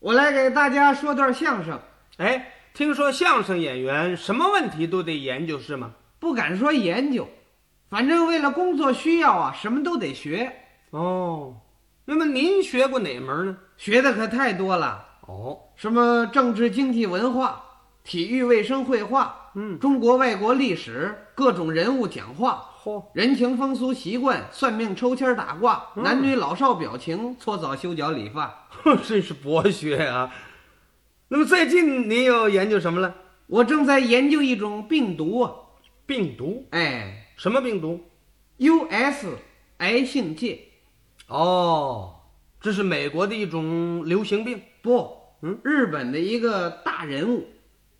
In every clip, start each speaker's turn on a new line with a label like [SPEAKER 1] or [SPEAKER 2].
[SPEAKER 1] 我来给大家说段相声，
[SPEAKER 2] 哎，听说相声演员什么问题都得研究是吗？
[SPEAKER 1] 不敢说研究，反正为了工作需要啊，什么都得学，
[SPEAKER 2] 哦，那么您学过哪门呢？
[SPEAKER 1] 学的可太多了，
[SPEAKER 2] 哦，
[SPEAKER 1] 什么政治、经济、文化、体育、卫生、绘画，
[SPEAKER 2] 嗯，
[SPEAKER 1] 中国外国历史，各种人物讲话，
[SPEAKER 2] 嚯，
[SPEAKER 1] 人情风俗习惯，算命、抽签儿打卦，男女老少表情，搓澡、修脚、理发。
[SPEAKER 2] 真是博学啊。那么最近您又研究什么了？
[SPEAKER 1] 我正在研究一种病毒啊，
[SPEAKER 2] 病毒？
[SPEAKER 1] 哎
[SPEAKER 2] 什么病毒？
[SPEAKER 1] ，US 癌性介
[SPEAKER 2] 哦，这是美国的一种流行病，
[SPEAKER 1] 不，
[SPEAKER 2] 嗯，
[SPEAKER 1] 日本的一个大人物，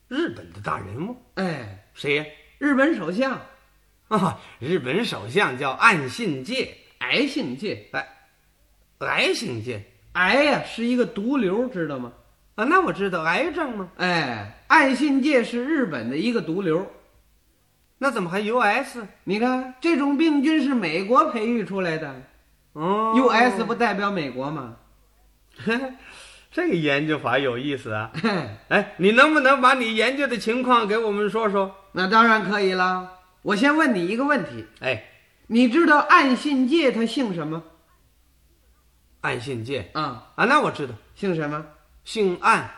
[SPEAKER 2] 日本的大人物
[SPEAKER 1] 哎，
[SPEAKER 2] 谁呀？
[SPEAKER 1] 日本首相
[SPEAKER 2] 啊，日本首相叫岸信介，
[SPEAKER 1] 癌性介，
[SPEAKER 2] 癌信介
[SPEAKER 1] 癌呀、是一个毒瘤，知道吗？
[SPEAKER 2] 啊，那我知道癌症吗？
[SPEAKER 1] 哎，爱信介是日本的一个毒瘤。
[SPEAKER 2] 那怎么还 US？
[SPEAKER 1] 你看，这种病菌是美国培育出来的、
[SPEAKER 2] 哦
[SPEAKER 1] u s 不代表美国吗？
[SPEAKER 2] 这个研究法有意思啊！
[SPEAKER 1] 嘿，
[SPEAKER 2] 哎，你能不能把你研究的情况给我们说说？
[SPEAKER 1] 那当然可以啦。我先问你一个问题，
[SPEAKER 2] 哎，
[SPEAKER 1] 你知道爱信介他姓什么？
[SPEAKER 2] 岸信介
[SPEAKER 1] 啊、
[SPEAKER 2] 啊，那我知道，
[SPEAKER 1] 姓什么？
[SPEAKER 2] 姓岸，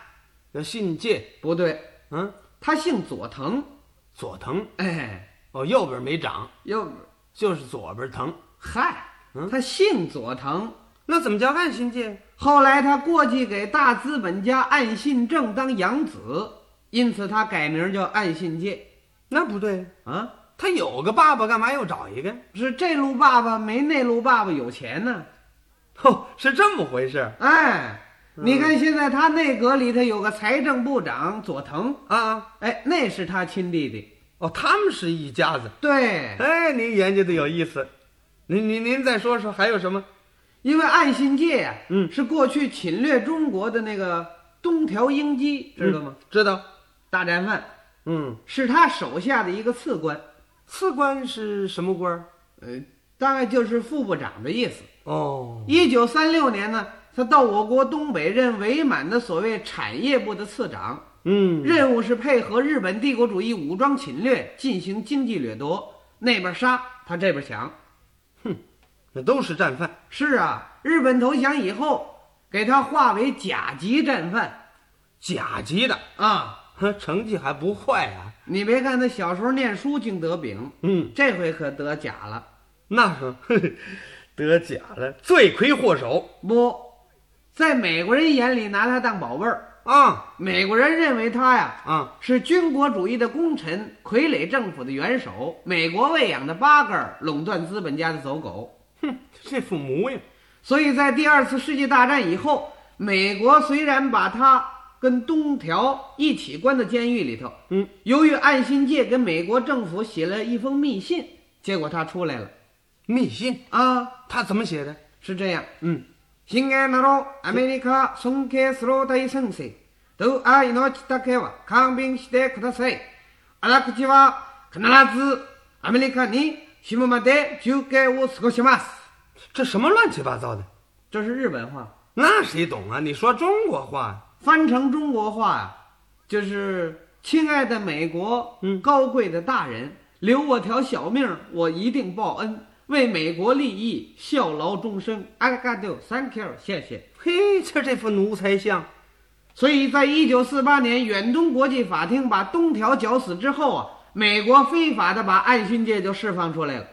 [SPEAKER 2] 叫信介，
[SPEAKER 1] 不对，
[SPEAKER 2] 嗯，
[SPEAKER 1] 他姓佐藤。
[SPEAKER 2] 左藤
[SPEAKER 1] 哎，
[SPEAKER 2] 哦，右边没长，
[SPEAKER 1] 又
[SPEAKER 2] 就是左边疼。
[SPEAKER 1] 嗨
[SPEAKER 2] 嗯，
[SPEAKER 1] 他姓佐藤。
[SPEAKER 2] 那怎么叫岸信介？
[SPEAKER 1] 后来他过继给大资本家岸信正当养子，因此他改名叫岸信介。
[SPEAKER 2] 那不对，
[SPEAKER 1] 啊，
[SPEAKER 2] 他有个爸爸，干嘛又找一个？
[SPEAKER 1] 是这路爸爸没那路爸爸有钱呢。
[SPEAKER 2] 哦，是这么回事儿
[SPEAKER 1] 哎，
[SPEAKER 2] 嗯
[SPEAKER 1] 你看现在他内阁里头有个财政部长佐藤，
[SPEAKER 2] 啊！
[SPEAKER 1] 哎，那是他亲弟弟。
[SPEAKER 2] 哦，他们是一家子。
[SPEAKER 1] 对，
[SPEAKER 2] 哎，您研究的有意思，您您您再说说还有什么？
[SPEAKER 1] 因为岸信介呀、
[SPEAKER 2] 嗯
[SPEAKER 1] 是过去侵略中国的那个东条英机，知道吗？
[SPEAKER 2] 嗯？知道。
[SPEAKER 1] 大战犯
[SPEAKER 2] 嗯，
[SPEAKER 1] 是他手下的一个次官，
[SPEAKER 2] 次官是什么官儿？
[SPEAKER 1] 呃，大概就是副部长的意思。
[SPEAKER 2] 哦，
[SPEAKER 1] 一九三六年呢，他到我国东北任伪满的所谓产业部的次长，
[SPEAKER 2] 嗯，
[SPEAKER 1] 任务是配合日本帝国主义武装侵略进行经济掠夺，那边杀他这边降。
[SPEAKER 2] 那都是战犯。
[SPEAKER 1] 是啊，日本投降以后，给他划为甲级战犯
[SPEAKER 2] 甲级的，
[SPEAKER 1] 啊！
[SPEAKER 2] 呵成绩还不坏啊。
[SPEAKER 1] 你别看他小时候念书净得丙，
[SPEAKER 2] 嗯，
[SPEAKER 1] 这回可得甲了。
[SPEAKER 2] 那 是呵呵得甲了，罪魁祸首
[SPEAKER 1] 不，在美国人眼里拿他当宝贝儿，
[SPEAKER 2] 啊
[SPEAKER 1] 美国人认为他呀
[SPEAKER 2] 啊！
[SPEAKER 1] 是军国主义的功臣，傀儡政府的元首，美国喂养的八哥儿，垄断资本家的走狗。
[SPEAKER 2] 哼，这副模样，
[SPEAKER 1] 所以在第二次世界大战以后，美国虽然把他跟东条一起关在监狱里头，
[SPEAKER 2] 嗯，
[SPEAKER 1] 由于岸信介给美国政府写了一封密信，结果他出来了
[SPEAKER 2] 密信
[SPEAKER 1] 啊，
[SPEAKER 2] 他怎么写的？
[SPEAKER 1] 是这样。
[SPEAKER 2] 嗯，
[SPEAKER 1] 新型なろアメリカ尊敬する大先生と愛のきっかけは勘弁してくださいあらくじは必ずアメリカに死ぬまで休憩を過ごします
[SPEAKER 2] 这什么乱七八糟的？
[SPEAKER 1] 这是日本话，
[SPEAKER 2] 那谁懂啊？你说中国话，
[SPEAKER 1] 翻成中国话呀，就是亲爱的美国，
[SPEAKER 2] 嗯
[SPEAKER 1] 高贵的大人，留我条小命儿，我一定报恩，为美国利益效劳终生。I got you, thank you，谢谢。
[SPEAKER 2] 嘿，就这副奴才相。
[SPEAKER 1] 所以在一九四八年，远东国际法庭把东条绞死之后啊，美国非法的把岸信介就释放出来了，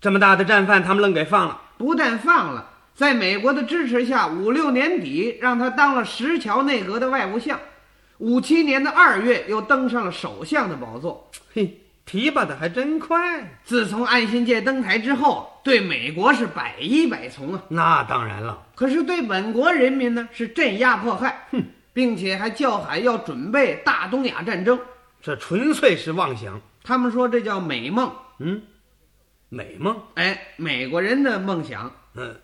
[SPEAKER 2] 这么大的战犯，他们愣给放了。
[SPEAKER 1] 不但放了，在美国的支持下，五六年底让他当了石桥内阁的外务相，五七年的二月又登上了首相的宝座。
[SPEAKER 2] 嘿，提拔的还真快。
[SPEAKER 1] 自从岸信介登台之后，对美国是百依百从啊，
[SPEAKER 2] 那当然了，
[SPEAKER 1] 可是对本国人民呢是镇压迫害，
[SPEAKER 2] 哼，
[SPEAKER 1] 并且还叫喊要准备大东亚战争。
[SPEAKER 2] 这纯粹是妄想。
[SPEAKER 1] 他们说这叫美梦。
[SPEAKER 2] 嗯，美梦。
[SPEAKER 1] 哎，美国人的梦想。
[SPEAKER 2] 嗯，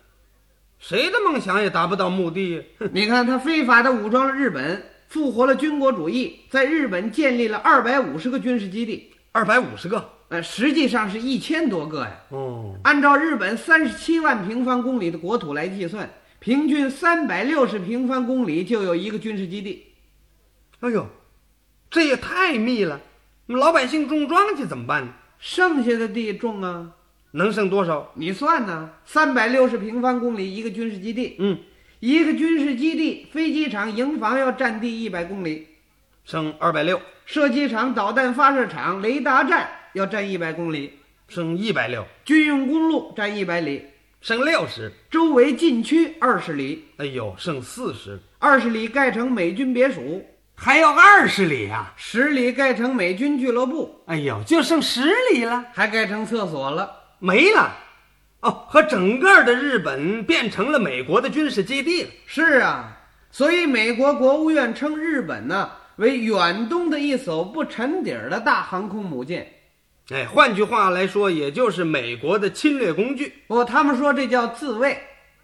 [SPEAKER 2] 谁的梦想也达不到目的。哼
[SPEAKER 1] 你看，他非法的武装了日本，复活了军国主义，在日本建立了二百五十个军事基地，
[SPEAKER 2] 二百五十个。
[SPEAKER 1] 呃，实际上是一千多个呀。
[SPEAKER 2] 哦，
[SPEAKER 1] 按照日本三十七万平方公里的国土来计算，平均三百六十平方公里就有一个军事基地。
[SPEAKER 2] 哎呦，这也太密了，我们老百姓种庄稼怎么办呢？
[SPEAKER 1] 剩下的地种啊，
[SPEAKER 2] 能剩多少？
[SPEAKER 1] 你算呐、三百六十平方公里一个军事基地，
[SPEAKER 2] 嗯，
[SPEAKER 1] 一个军事基地飞机场营房要占地一百公里，
[SPEAKER 2] 剩二百六，
[SPEAKER 1] 射击场、导弹发射场、雷达站要占一百公里，
[SPEAKER 2] 剩一百六，
[SPEAKER 1] 军用公路占一百里，
[SPEAKER 2] 剩六十。
[SPEAKER 1] 周围禁区二十里，
[SPEAKER 2] 哎呦，剩四十，
[SPEAKER 1] 二十里盖成美军别墅，
[SPEAKER 2] 还有二十里呀、
[SPEAKER 1] 十里盖成美军俱乐部，
[SPEAKER 2] 哎呦，就剩十里了，
[SPEAKER 1] 还盖成厕所了。
[SPEAKER 2] 没了。哦，和整个的日本变成了美国的军事基地了。
[SPEAKER 1] 是啊，所以美国国务院称日本呢为远东的一艘不沉底儿的大航空母舰。
[SPEAKER 2] 哎，换句话来说，也就是美国的侵略工具，
[SPEAKER 1] 不，他们说这叫自卫。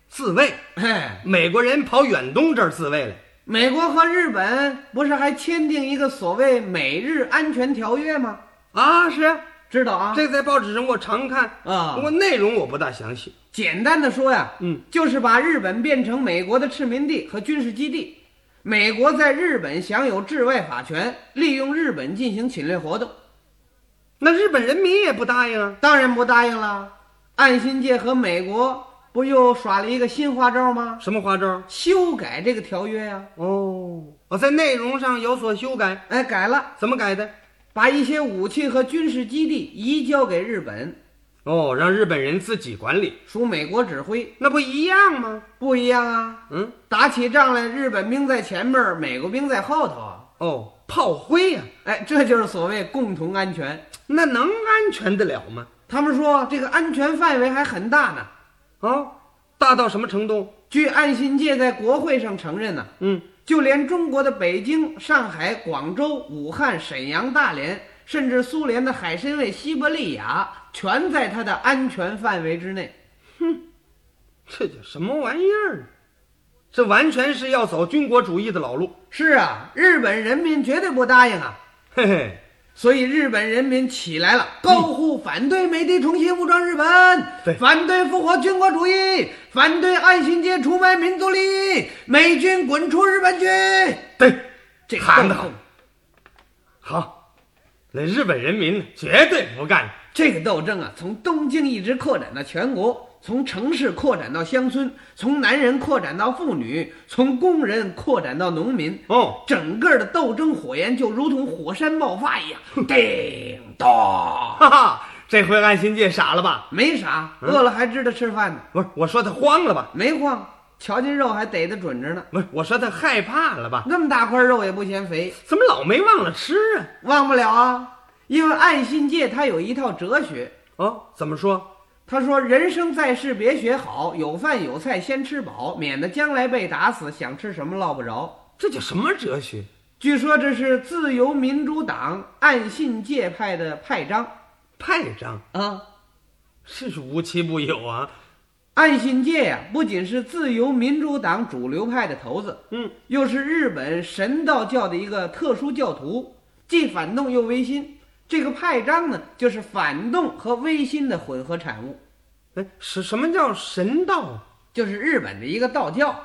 [SPEAKER 2] 自卫。
[SPEAKER 1] 哎，
[SPEAKER 2] 美国人跑远东这儿自卫了。
[SPEAKER 1] 美国和日本不是还签订一个所谓美日安全条约吗？
[SPEAKER 2] 啊，是啊
[SPEAKER 1] 知道啊？
[SPEAKER 2] 这在报纸上我常看
[SPEAKER 1] 啊
[SPEAKER 2] 不过内容我不大详细。
[SPEAKER 1] 简单的说呀，
[SPEAKER 2] 嗯，
[SPEAKER 1] 就是把日本变成美国的殖民地和军事基地，美国在日本享有治外法权，利用日本进行侵略活动。
[SPEAKER 2] 那日本人民也不答应啊。
[SPEAKER 1] 当然不答应了。岸信介和美国不又耍了一个新花招吗？
[SPEAKER 2] 什么花招？
[SPEAKER 1] 修改这个条约呀、
[SPEAKER 2] 哦，我在内容上有所修改，
[SPEAKER 1] 哎，改了，
[SPEAKER 2] 怎么改的？
[SPEAKER 1] 把一些武器和军事基地移交给日本，
[SPEAKER 2] 哦，让日本人自己管理，
[SPEAKER 1] 属美国指挥，
[SPEAKER 2] 那不一样吗？
[SPEAKER 1] 不一样啊。
[SPEAKER 2] 嗯，
[SPEAKER 1] 打起仗来，日本兵在前面，美国兵在后头啊。
[SPEAKER 2] 哦，炮灰呀、
[SPEAKER 1] 哎，这就是所谓共同安全。
[SPEAKER 2] 那能安全得了吗？
[SPEAKER 1] 他们说这个安全范围还很大呢。
[SPEAKER 2] 哦，大到什么程度？
[SPEAKER 1] 据岸信介在国会上承认呢、
[SPEAKER 2] 嗯，
[SPEAKER 1] 就连中国的北京、上海、广州、武汉、沈阳、大连，甚至苏联的海参崴、西伯利亚，全在它的安全范围之内。
[SPEAKER 2] 这叫什么玩意儿啊？这完全是要走军国主义的老路。
[SPEAKER 1] 是啊，日本人民绝对不答应啊！
[SPEAKER 2] 嘿嘿，
[SPEAKER 1] 所以日本人民起来了，高呼反对美帝重新武装日本，
[SPEAKER 2] 对
[SPEAKER 1] 反对复活军国主义，反对岸信介出卖民族利益，美军滚出日本去！
[SPEAKER 2] 对，
[SPEAKER 1] 这个
[SPEAKER 2] 喊得
[SPEAKER 1] 动
[SPEAKER 2] 好
[SPEAKER 1] 静，
[SPEAKER 2] 好，那日本人民呢绝对不干。
[SPEAKER 1] 这个斗争啊，从东京一直扩展到全国，从城市扩展到乡村，从男人扩展到妇女，从工人扩展到农民。
[SPEAKER 2] 哦，
[SPEAKER 1] 整个的斗争火焰就如同火山爆发一样，叮咚！
[SPEAKER 2] 哈哈，这回岸信介傻了吧？
[SPEAKER 1] 没啥，饿了还知道吃饭呢，
[SPEAKER 2] 不是，我说他慌了吧？
[SPEAKER 1] 没慌。瞧见肉还逮得准着呢，
[SPEAKER 2] 不是，我说他害怕了吧？
[SPEAKER 1] 那么大块肉也不嫌肥，
[SPEAKER 2] 怎么老没忘了吃啊？
[SPEAKER 1] 忘不了啊。因为爱信界他有一套哲学，
[SPEAKER 2] 哦，怎么说？
[SPEAKER 1] 他说：“人生在世别学好，有饭有菜先吃饱，免得将来被打死，想吃什么落不着。
[SPEAKER 2] 这叫什么哲学？”
[SPEAKER 1] 据说这是自由民主党岸信介派的派章
[SPEAKER 2] 派张，
[SPEAKER 1] 啊。
[SPEAKER 2] 这是无奇不有啊！
[SPEAKER 1] 岸信介呀、不仅是自由民主党主流派的头子，
[SPEAKER 2] 嗯，
[SPEAKER 1] 又是日本神道教的一个特殊教徒，既反动又维新。这个派章呢，就是反动和维新的混合产物，
[SPEAKER 2] 哎，什什么叫神道啊？
[SPEAKER 1] 就是日本的一个道教。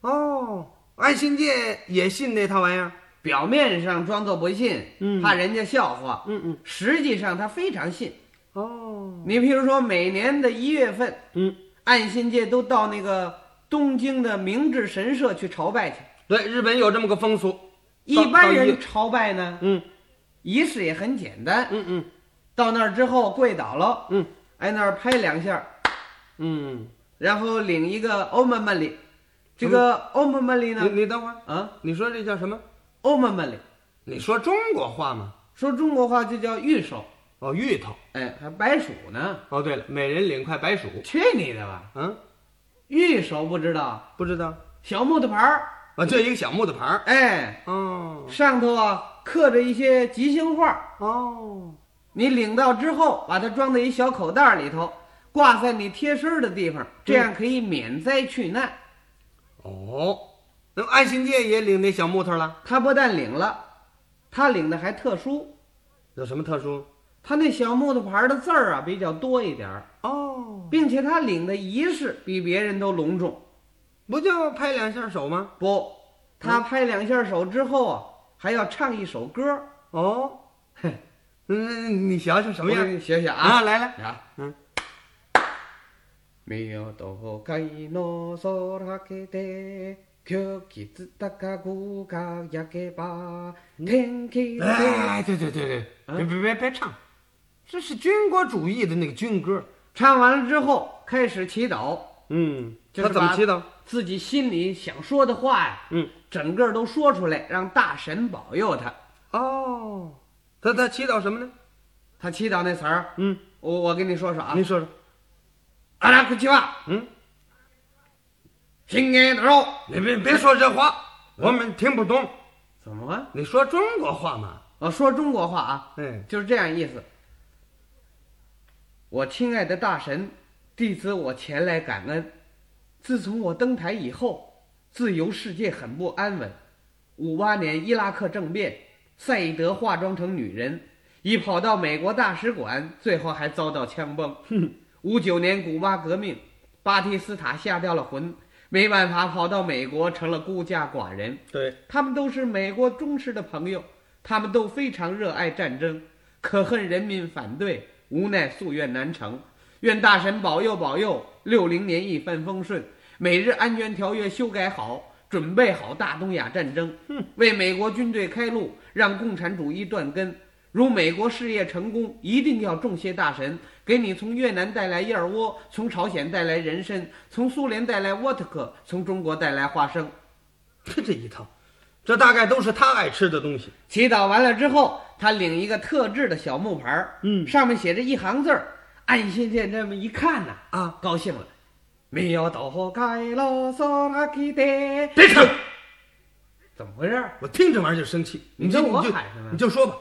[SPEAKER 2] 哦，岸信介也信那套玩意儿。
[SPEAKER 1] 表面上装作不信，
[SPEAKER 2] 嗯
[SPEAKER 1] 怕人家笑话，
[SPEAKER 2] 嗯嗯。
[SPEAKER 1] 实际上他非常信。
[SPEAKER 2] 哦，
[SPEAKER 1] 你譬如说，每年的一月份，
[SPEAKER 2] 嗯，
[SPEAKER 1] 岸信介都到那个东京的明治神社去朝拜去。
[SPEAKER 2] 对，日本有这么个风俗。
[SPEAKER 1] 一般
[SPEAKER 2] 到一
[SPEAKER 1] 人
[SPEAKER 2] 月
[SPEAKER 1] 朝拜呢，
[SPEAKER 2] 嗯
[SPEAKER 1] 仪式也很简单，
[SPEAKER 2] 嗯嗯
[SPEAKER 1] 到那儿之后跪倒了，
[SPEAKER 2] 嗯，
[SPEAKER 1] 挨那儿拍两下，
[SPEAKER 2] 嗯。
[SPEAKER 1] 然后领一个欧曼曼礼。这个
[SPEAKER 2] 嗯
[SPEAKER 1] 欧曼曼礼呢，
[SPEAKER 2] 你你等会儿，
[SPEAKER 1] 啊，
[SPEAKER 2] 你说这叫什么？
[SPEAKER 1] 欧曼曼礼，
[SPEAKER 2] 你说中国话吗？
[SPEAKER 1] 说中国话就叫玉手，
[SPEAKER 2] 哦，芋头。
[SPEAKER 1] 哎，还白薯呢，
[SPEAKER 2] 哦，对了，每人领块白薯。
[SPEAKER 1] 去你的吧！
[SPEAKER 2] 嗯，
[SPEAKER 1] 玉手不知道，
[SPEAKER 2] 不知道。
[SPEAKER 1] 小木头牌儿，
[SPEAKER 2] 啊，就一个小木头牌儿。
[SPEAKER 1] 哎，
[SPEAKER 2] 哦
[SPEAKER 1] 上头啊刻着一些吉星画，
[SPEAKER 2] 哦，
[SPEAKER 1] 你领到之后，把它装在一小口袋里头，挂在你贴身的地
[SPEAKER 2] 嗯
[SPEAKER 1] 方，这样可以免灾去难。
[SPEAKER 2] 哦，那爱新界也领那小木头了，
[SPEAKER 1] 他不但领了，他领的还特殊，
[SPEAKER 2] 有什么特殊？
[SPEAKER 1] 他那小木头牌的字儿啊比较多一点儿，
[SPEAKER 2] 哦，
[SPEAKER 1] 并且他领的仪式比别人都隆重。
[SPEAKER 2] 不就拍两下手吗？
[SPEAKER 1] 不，他拍两下手之后啊，还要唱一首歌。
[SPEAKER 2] 哦，嘿，嗯，你想想什么
[SPEAKER 1] 我给
[SPEAKER 2] 样
[SPEAKER 1] 你学学啊
[SPEAKER 2] 啊？？来来，
[SPEAKER 1] 啊，
[SPEAKER 2] 嗯，
[SPEAKER 1] 目を東海の空けて狂気つたかごか焼けば
[SPEAKER 2] 嗯
[SPEAKER 1] 天気で
[SPEAKER 2] 哎，对对对对，
[SPEAKER 1] 啊
[SPEAKER 2] 别别别别唱，这是军国主义的那个军歌。
[SPEAKER 1] 唱完了之后开始祈祷，
[SPEAKER 2] 嗯，
[SPEAKER 1] 就
[SPEAKER 2] 他
[SPEAKER 1] 是
[SPEAKER 2] 怎么
[SPEAKER 1] 把
[SPEAKER 2] 祈祷？
[SPEAKER 1] 自己心里想说的话呀，
[SPEAKER 2] 嗯，
[SPEAKER 1] 整个都说出来，让大神保佑他。
[SPEAKER 2] 哦，他他祈祷什么呢？
[SPEAKER 1] 他祈祷那词儿，
[SPEAKER 2] 嗯，
[SPEAKER 1] 我我跟你说说啊
[SPEAKER 2] 您，说说。
[SPEAKER 1] 阿拉库奇瓦，
[SPEAKER 2] 嗯，
[SPEAKER 1] 平安的肉，
[SPEAKER 2] 你别别说这话，我们听不懂。
[SPEAKER 1] 怎么了？
[SPEAKER 2] 你说中国话嘛？
[SPEAKER 1] 我说中国话啊，
[SPEAKER 2] 哎，
[SPEAKER 1] 就是这样意思。我亲爱的大神，弟子我前来感恩。自从我登台以后，自由世界很不安稳。五八年伊拉克政变，赛义德化妆成女人，已跑到美国大使馆，最后还遭到枪崩。五九年古巴革命，巴蒂斯塔吓掉了魂，没办法跑到美国，成了孤家寡人。
[SPEAKER 2] 对，
[SPEAKER 1] 他们都是美国忠实的朋友，他们都非常热爱战争，可恨人民反对，无奈夙愿难成。愿大神保佑保佑，六零年一帆风顺，美日安全条约修改好，准备好大东亚战争，为美国军队开路，让共产主义断根。如美国事业成功，一定要重谢大神，给你从越南带来燕窝，从朝鲜带来人参，从苏联带来沃特克，从中国带来花生。
[SPEAKER 2] 这这一套，这大概都是他爱吃的东西。
[SPEAKER 1] 祈祷完了之后，他领一个特制的小木牌儿，
[SPEAKER 2] 嗯
[SPEAKER 1] 上面写着一行字儿，暗信见这么一看呐、
[SPEAKER 2] 啊，
[SPEAKER 1] 高兴了。没有到开了索拉基德，
[SPEAKER 2] 别唱，
[SPEAKER 1] 怎么回事？
[SPEAKER 2] 我听这玩意儿就生气。
[SPEAKER 1] 你
[SPEAKER 2] 就
[SPEAKER 1] 跟我
[SPEAKER 2] 你就
[SPEAKER 1] 喊什么
[SPEAKER 2] 你就说吧。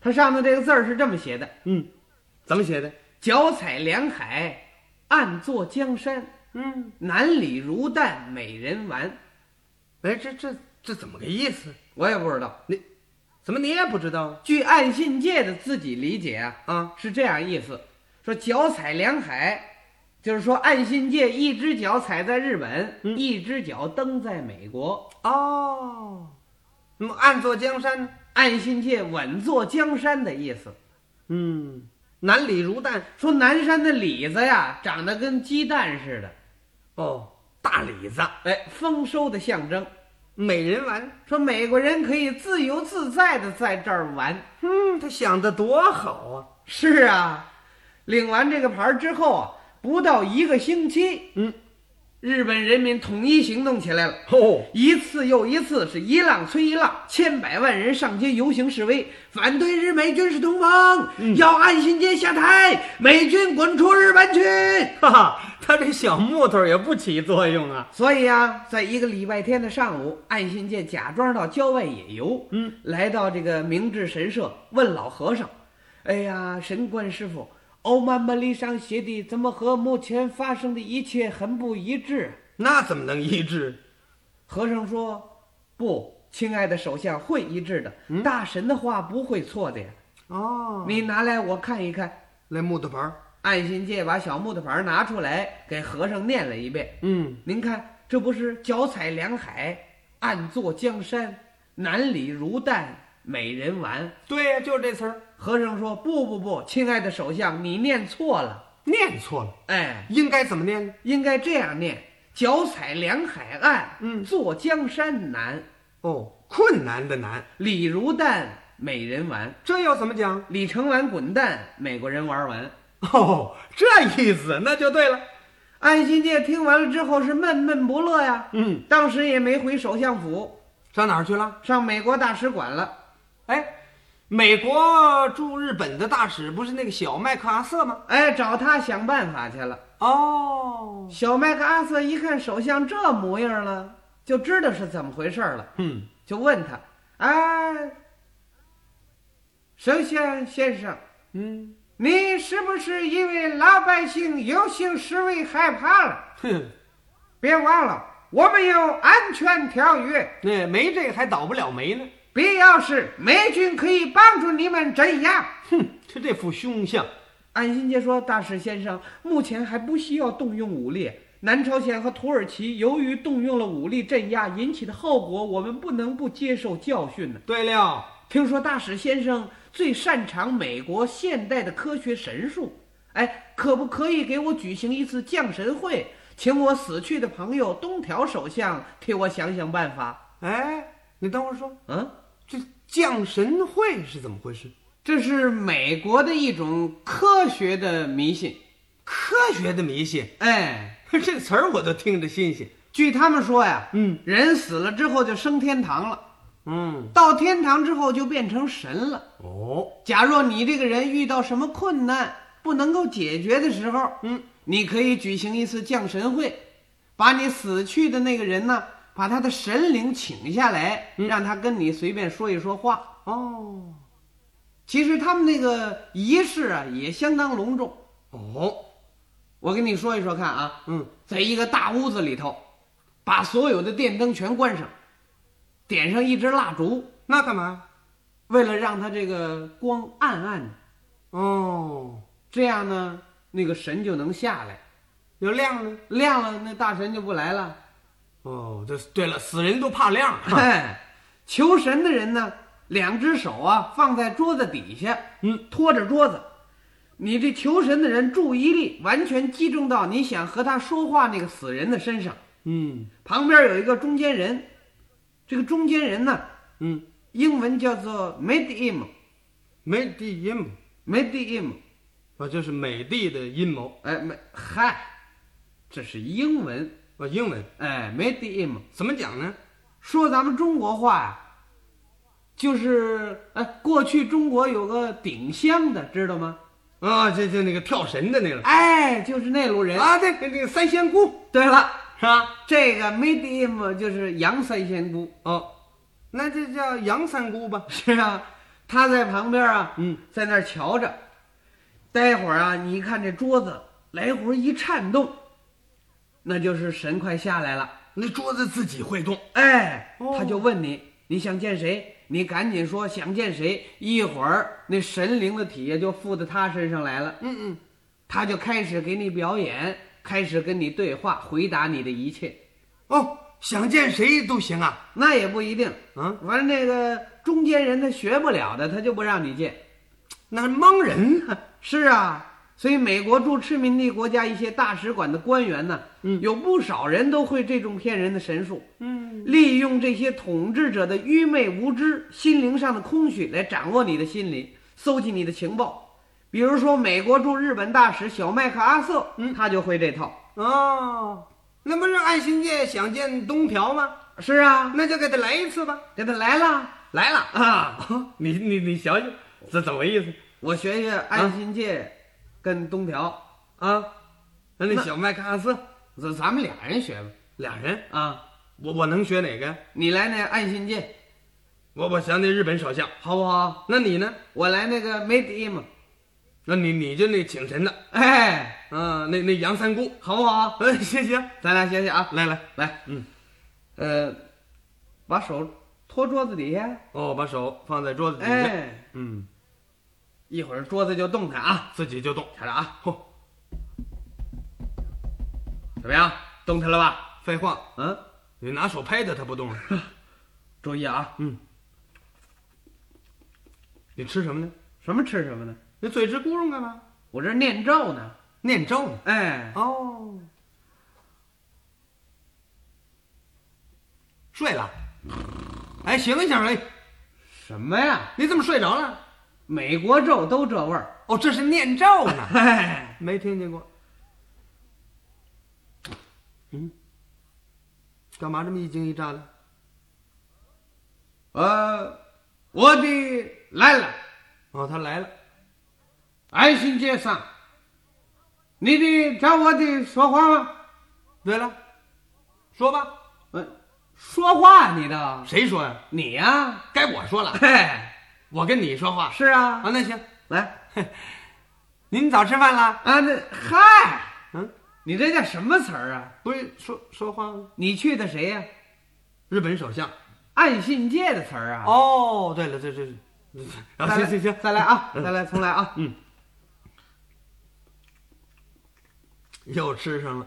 [SPEAKER 1] 它上面这个字儿是这么写的：
[SPEAKER 2] 嗯，怎么写的？
[SPEAKER 1] 脚踩凉海，暗坐江山，
[SPEAKER 2] 嗯，
[SPEAKER 1] 南里如旦美人丸。
[SPEAKER 2] 哎，这这这怎么个意思？
[SPEAKER 1] 我也不知道，
[SPEAKER 2] 怎么你也不知道
[SPEAKER 1] 据暗信界的自己理解啊，
[SPEAKER 2] 啊？
[SPEAKER 1] 是这样意思，说脚踩两海，就是说岸信介一只脚踩在日本，
[SPEAKER 2] 嗯
[SPEAKER 1] 一只脚蹬在美国。
[SPEAKER 2] 哦，那么暗坐江山呢？
[SPEAKER 1] 岸信介稳坐江山的意思，
[SPEAKER 2] 嗯，南里如蛋。
[SPEAKER 1] 说南山的李子呀，长得跟鸡蛋似的，
[SPEAKER 2] 哦，大李子，
[SPEAKER 1] 哎，丰收的象征。
[SPEAKER 2] 美人丸。
[SPEAKER 1] 说美国人可以自由自在的在这儿玩。
[SPEAKER 2] 嗯，他想的多好啊。
[SPEAKER 1] 是啊，领完这个牌儿之后啊，不到一个星期，
[SPEAKER 2] 嗯，
[SPEAKER 1] 日本人民统一行动起来了。
[SPEAKER 2] 哦，
[SPEAKER 1] 一次又一次，是一浪催一浪，千百万人上街游行示威，反对日美军事同盟，要岸信介下台，美军滚出日本去。
[SPEAKER 2] 哈哈，他这小木头也不起作用啊。
[SPEAKER 1] 所以啊，在一个礼拜天的上午，岸信介假装到郊外野游，
[SPEAKER 2] 嗯，
[SPEAKER 1] 来到这个明治神社，问老和尚：“哎呀，神官师傅，哦欧曼巴利上写的怎么和目前发生的一切很不一致？”啊
[SPEAKER 2] 那怎么能一致？
[SPEAKER 1] 和尚说：“不，亲爱的首相会一致的，大神的话不会错的呀。
[SPEAKER 2] 嗯哦，
[SPEAKER 1] 你拿来我看一看。
[SPEAKER 2] 来木头牌儿”
[SPEAKER 1] 爱新界把小木头牌儿拿出来，给和尚念了一遍。
[SPEAKER 2] 嗯，
[SPEAKER 1] 您看，这不是脚踩两海，暗坐江山，南里如旦美人丸。
[SPEAKER 2] 对呀、就这词儿，
[SPEAKER 1] 和尚说：“不不不，亲爱的首相，你念错了。
[SPEAKER 2] 念错了，
[SPEAKER 1] 哎，
[SPEAKER 2] 应该怎么念呢？
[SPEAKER 1] 应该这样念：脚踩两海岸，
[SPEAKER 2] 嗯
[SPEAKER 1] 坐江山南，
[SPEAKER 2] 哦，困难的难，
[SPEAKER 1] 里如旦美人丸。”
[SPEAKER 2] 这要怎么讲？
[SPEAKER 1] 李承晚滚蛋，美国人玩完。
[SPEAKER 2] 哦，这意思那就对了。
[SPEAKER 1] 安信介听完了之后是闷闷不乐呀，
[SPEAKER 2] 嗯，
[SPEAKER 1] 当时也没回首相府，
[SPEAKER 2] 上哪儿去了？
[SPEAKER 1] 上美国大使馆了。
[SPEAKER 2] 哎，美国驻日本的大使不是那个小麦克阿瑟吗？
[SPEAKER 1] 哎，找他想办法去了。
[SPEAKER 2] 哦，
[SPEAKER 1] 小麦克阿瑟一看首相这模样了，就知道是怎么回事了，
[SPEAKER 2] 嗯，
[SPEAKER 1] 就问他：“哎，首相先生，
[SPEAKER 2] 嗯，
[SPEAKER 1] 你是不是因为老百姓游行示威害怕了？
[SPEAKER 2] 哼，
[SPEAKER 1] 别忘了，我们有安全条约。”
[SPEAKER 2] 那没这个还倒不了霉呢。
[SPEAKER 1] 必要时，美军可以帮助你们镇压。
[SPEAKER 2] 哼，就这副凶相，
[SPEAKER 1] 安心杰说：“大使先生，目前还不需要动用武力，
[SPEAKER 3] 南朝鲜和土耳其由于动用了武力镇压引起的后果，我们不能不接受教训呢。
[SPEAKER 2] 对了，
[SPEAKER 3] 听说大使先生最擅长美国现代的科学神术，哎，可不可以给我举行一次降神会，请我死去的朋友东条首相替我想想办法？
[SPEAKER 2] 哎，你等会儿说，
[SPEAKER 3] 嗯，
[SPEAKER 2] 这降神会是怎么回事？
[SPEAKER 1] 这是美国的一种科学的迷信。
[SPEAKER 2] 科学的迷信，
[SPEAKER 1] 哎，
[SPEAKER 2] 这词儿我都听着新鲜。
[SPEAKER 1] 据他们说呀，
[SPEAKER 2] 嗯
[SPEAKER 1] 人死了之后就升天堂了，
[SPEAKER 2] 嗯，
[SPEAKER 1] 到天堂之后就变成神了。
[SPEAKER 2] 哦，
[SPEAKER 1] 假若你这个人遇到什么困难不能够解决的时候，
[SPEAKER 2] 嗯，
[SPEAKER 1] 你可以举行一次降神会，把你死去的那个人呢，把他的神灵请下来，
[SPEAKER 2] 嗯
[SPEAKER 1] 让他跟你随便说一说话。
[SPEAKER 2] 哦，
[SPEAKER 1] 其实他们那个仪式啊也相当隆重。
[SPEAKER 2] 哦，
[SPEAKER 1] 我跟你说一说看啊，
[SPEAKER 2] 嗯，
[SPEAKER 1] 在一个大屋子里头，把所有的电灯全关上，点上一支蜡烛，
[SPEAKER 2] 那干嘛？
[SPEAKER 1] 为了让它这个光暗暗的，
[SPEAKER 2] 哦，
[SPEAKER 1] 这样呢，那个神就能下来。
[SPEAKER 2] 有亮了。
[SPEAKER 1] 亮了，那大神就不来了。
[SPEAKER 2] 哦，这对了，死人都怕亮。啊
[SPEAKER 1] 哎，求神的人呢，两只手啊放在桌子底下，
[SPEAKER 2] 嗯，
[SPEAKER 1] 托着桌子。你这求神的人注意力完全集中到你想和他说话那个死人的身上，
[SPEAKER 2] 嗯
[SPEAKER 1] 旁边有一个中间人，这个中间人呢，
[SPEAKER 2] 嗯
[SPEAKER 1] 英文叫做 medium，medium，
[SPEAKER 2] 美帝阴谋啊，这是美帝的阴谋
[SPEAKER 1] 哎，没嗨，这是英文，
[SPEAKER 2] 啊，英文
[SPEAKER 1] 哎，medium，
[SPEAKER 2] 怎么讲呢？
[SPEAKER 1] 说咱们中国话呀、就是哎，过去中国有个顶香的，知道吗？
[SPEAKER 2] 啊，这这那个跳神的那个
[SPEAKER 1] 哎，就是那路人。
[SPEAKER 2] 啊，对，那个三仙姑
[SPEAKER 1] 对了，
[SPEAKER 2] 是吧？
[SPEAKER 1] 这个 medium 就是杨三仙姑，
[SPEAKER 2] 哦，那这叫杨三姑吧？
[SPEAKER 1] 是啊，他在旁边啊，
[SPEAKER 2] 嗯，
[SPEAKER 1] 在那儿瞧着。待会儿啊，你一看这桌子来回一颤动，那就是神快下来了。
[SPEAKER 2] 那桌子自己会动。
[SPEAKER 1] 哎，
[SPEAKER 2] 哦
[SPEAKER 1] 他就问你，你想见谁？你赶紧说想见谁，一会儿那神灵的体液就附到他身上来了，
[SPEAKER 2] 嗯嗯，
[SPEAKER 1] 他就开始给你表演，开始跟你对话，回答你的一切。
[SPEAKER 2] 哦，想见谁都行啊。
[SPEAKER 1] 那也不一定，
[SPEAKER 2] 啊，
[SPEAKER 1] 反正那个中间人他学不了的，他就不让你见。
[SPEAKER 2] 那是蒙人呢。
[SPEAKER 1] 是啊，所以美国驻殖民地国家一些大使馆的官员呢，
[SPEAKER 2] 嗯
[SPEAKER 1] 有不少人都会这种骗人的神术。
[SPEAKER 2] 嗯，
[SPEAKER 1] 利用这些统治者的愚昧无知、心灵上的空虚来掌握你的心理，搜集你的情报。比如说，美国驻日本大使小麦克阿瑟，
[SPEAKER 2] 嗯
[SPEAKER 1] 他就会这套。
[SPEAKER 2] 哦，那不是爱新觉想见东条吗？
[SPEAKER 1] 是啊，
[SPEAKER 2] 那就给他来一次吧。
[SPEAKER 1] 给他来了
[SPEAKER 2] 来了
[SPEAKER 1] 啊！
[SPEAKER 2] 啊！你你你想想，这怎么意思
[SPEAKER 1] 我学学安新界跟东条，
[SPEAKER 2] 啊？那那小麦克阿瑟
[SPEAKER 1] 咱、咱们俩人学吧。
[SPEAKER 2] 俩人，
[SPEAKER 1] 啊，
[SPEAKER 2] 我我能学哪个？
[SPEAKER 1] 你来那安新界
[SPEAKER 2] 我我想那日本首相，
[SPEAKER 1] 好不好？
[SPEAKER 2] 那你呢？
[SPEAKER 1] 我来那个 Made Im，
[SPEAKER 2] 那你你就那请神的
[SPEAKER 1] 哎，
[SPEAKER 2] 啊，那那杨三姑，
[SPEAKER 1] 好不好？
[SPEAKER 2] 嗯，行行，
[SPEAKER 1] 咱俩学学啊，
[SPEAKER 2] 来来，
[SPEAKER 1] 来，
[SPEAKER 2] 嗯，
[SPEAKER 1] 呃，把手托桌子底下。
[SPEAKER 2] 哦，把手放在桌子底下，
[SPEAKER 1] 哎，
[SPEAKER 2] 嗯，
[SPEAKER 1] 一会儿桌子就动弹啊，
[SPEAKER 2] 自己就动，
[SPEAKER 1] 瞧着啊，
[SPEAKER 2] 嚯，
[SPEAKER 1] 怎么样？动弹了吧？
[SPEAKER 2] 废话，
[SPEAKER 1] 嗯，
[SPEAKER 2] 你拿手拍他，他不动了。
[SPEAKER 1] 注意啊，
[SPEAKER 2] 你吃什么呢？
[SPEAKER 1] 什么吃什么呢？
[SPEAKER 2] 你嘴直咕噜干嘛？
[SPEAKER 1] 我这念咒呢。
[SPEAKER 2] 念咒呢。
[SPEAKER 1] 哎，
[SPEAKER 2] 哦，睡了？哎，醒一醒，哎，
[SPEAKER 1] 什么呀？
[SPEAKER 2] 你怎么睡着了？
[SPEAKER 1] 美国咒都这味儿。
[SPEAKER 2] 哦，这是念咒呢，
[SPEAKER 1] 哎，
[SPEAKER 2] 没听见过。嗯，干嘛这么一惊一乍的？
[SPEAKER 1] 呃，我的来了，
[SPEAKER 2] 哦，他来了。
[SPEAKER 1] 安心街上，你得找我的说话吗？
[SPEAKER 2] 对了，说吧，
[SPEAKER 1] 嗯，说话你的，
[SPEAKER 2] 谁说呀、
[SPEAKER 1] 你呀、
[SPEAKER 2] 该我说了，
[SPEAKER 1] 嘿，
[SPEAKER 2] 我跟你说话
[SPEAKER 1] 是啊
[SPEAKER 2] 啊。，那行，
[SPEAKER 1] 来
[SPEAKER 2] 您早吃饭了？
[SPEAKER 1] 啊，那嗨，
[SPEAKER 2] 嗯，
[SPEAKER 1] 你这叫什么词儿啊？
[SPEAKER 2] 不是说说话吗？
[SPEAKER 1] 你去的谁呀、
[SPEAKER 2] 日本首相。
[SPEAKER 1] 暗信界的词儿啊。
[SPEAKER 2] 哦，对了，这这是，
[SPEAKER 1] 再
[SPEAKER 2] 啊，
[SPEAKER 1] 来
[SPEAKER 2] 行行行，嗯
[SPEAKER 1] 再来啊，再来，重来啊。
[SPEAKER 2] 又吃上了。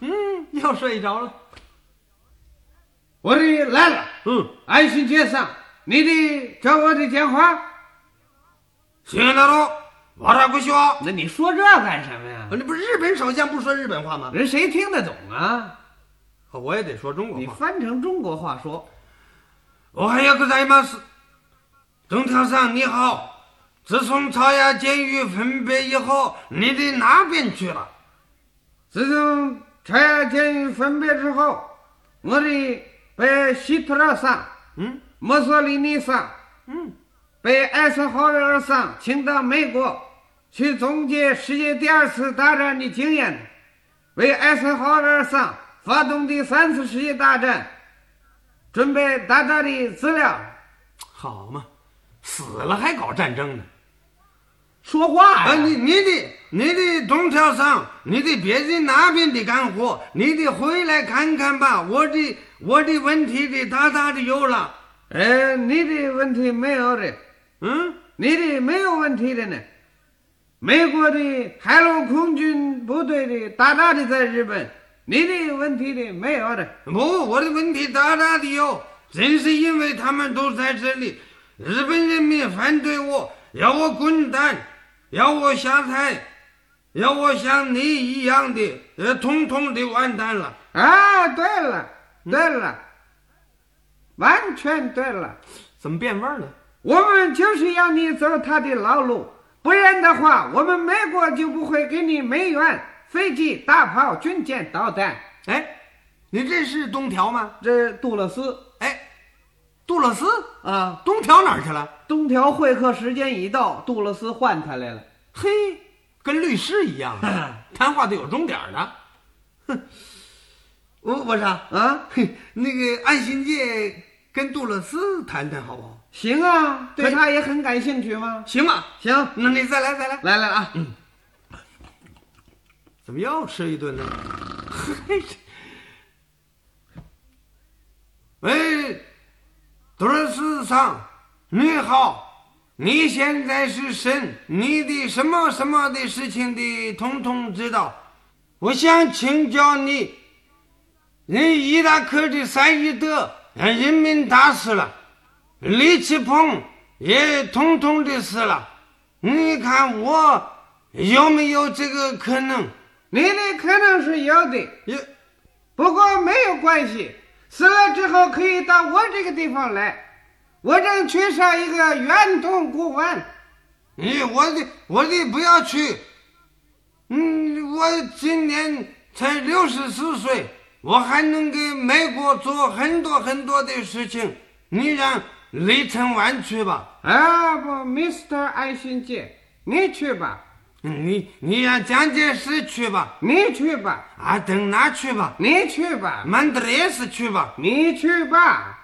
[SPEAKER 2] 嗯，又睡着了。
[SPEAKER 1] 我的来了，
[SPEAKER 2] 嗯，
[SPEAKER 1] 爱新觉上，你的找我的电话？
[SPEAKER 2] 行了喽，瓦拉古修。
[SPEAKER 1] 那你说这干什么呀？
[SPEAKER 2] 那啊不是日本首相不说日本话吗？
[SPEAKER 1] 人谁听得懂啊？
[SPEAKER 2] 可哦我也得说中国
[SPEAKER 1] 你
[SPEAKER 2] 话。
[SPEAKER 1] 翻成中国话说，
[SPEAKER 2] 我还要ございます。总条上你好，自从朝阳监狱分别以后，你的哪边去了？
[SPEAKER 1] 自从朝阳监狱分别之后，我的被希特勒上、
[SPEAKER 2] 嗯
[SPEAKER 1] 墨索里尼上、
[SPEAKER 2] 嗯，
[SPEAKER 1] 被艾森豪威尔上请到美国去总结世界第二次大战的经验，为艾森豪威尔上发动的三次世界大战准备大战的资料。
[SPEAKER 2] 好嘛，死了还搞战争呢。
[SPEAKER 3] 说话呀！
[SPEAKER 2] 啊，你你的你的总条上，你的别人那边的干活，你得回来看看吧。我的我的问题的大大的有了。
[SPEAKER 1] 呃，你的问题没有的，
[SPEAKER 2] 嗯，
[SPEAKER 1] 你的没有问题的呢。美国的海陆空军部队的大大的在日本，你的问题的没有的。
[SPEAKER 2] 不，我的问题大大的有，正是因为他们都在这里，日本人民反对我，要我滚蛋，要我下台，要我像你一样的，呃，统统的完蛋了。
[SPEAKER 1] 啊，对了，对了，完全对了。
[SPEAKER 2] 怎么变味儿了？
[SPEAKER 1] 我们就是要你走他的老路，不然的话，我们美国就不会给你美元、飞机、大炮、军舰、导弹。
[SPEAKER 2] 哎，你这是东条吗？
[SPEAKER 1] 这杜勒斯
[SPEAKER 2] 哎，杜勒斯，
[SPEAKER 1] 啊，
[SPEAKER 2] 东条哪儿去了？
[SPEAKER 1] 东条会客时间一到，杜勒斯换他来了。
[SPEAKER 2] 嘿，跟律师一样啊， 谈话得有终点儿的。哼，我我说，
[SPEAKER 1] 啊，
[SPEAKER 2] 嘿，那个安新界跟杜勒斯谈谈好不好？
[SPEAKER 1] 行啊，对
[SPEAKER 2] 对
[SPEAKER 1] 他也很感兴趣吗？
[SPEAKER 2] 行吧，
[SPEAKER 1] 行，
[SPEAKER 2] 那你再来再来，
[SPEAKER 1] 来来了啊，
[SPEAKER 2] 怎么又吃一顿呢？ 嘿，这喂，杜勒斯桑，你好，你现在是神，你的什么什么的事情的统统知道。我想请教你，人伊拉克的赛义德让人民打死了，李启鹏也统统的死了，你看我有没有这个可能？
[SPEAKER 1] 你的可能是有的，
[SPEAKER 2] 也
[SPEAKER 1] 不过没有关系，死了之后可以到我这个地方来，我正缺少一个圆筒古玩。
[SPEAKER 2] 你我的我的不要去，嗯，我今年才六十四岁，我还能给美国做很多很多的事情。你让李承晚去吧，
[SPEAKER 1] 啊不，Mr. 爱新觉，你去吧，
[SPEAKER 2] 你你让蒋介石去吧，
[SPEAKER 1] 你去吧，
[SPEAKER 2] 阿登拿去吧，
[SPEAKER 1] 你去吧，
[SPEAKER 2] 曼德烈斯去吧，
[SPEAKER 1] 你去吧，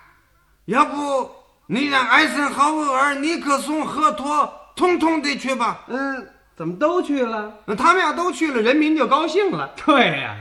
[SPEAKER 2] 要不你让艾森豪威尔、尼克松、赫托通通的去吧。
[SPEAKER 1] 嗯，怎么都去了？
[SPEAKER 2] 那他们要都去了，人民就高兴了。
[SPEAKER 1] 对呀、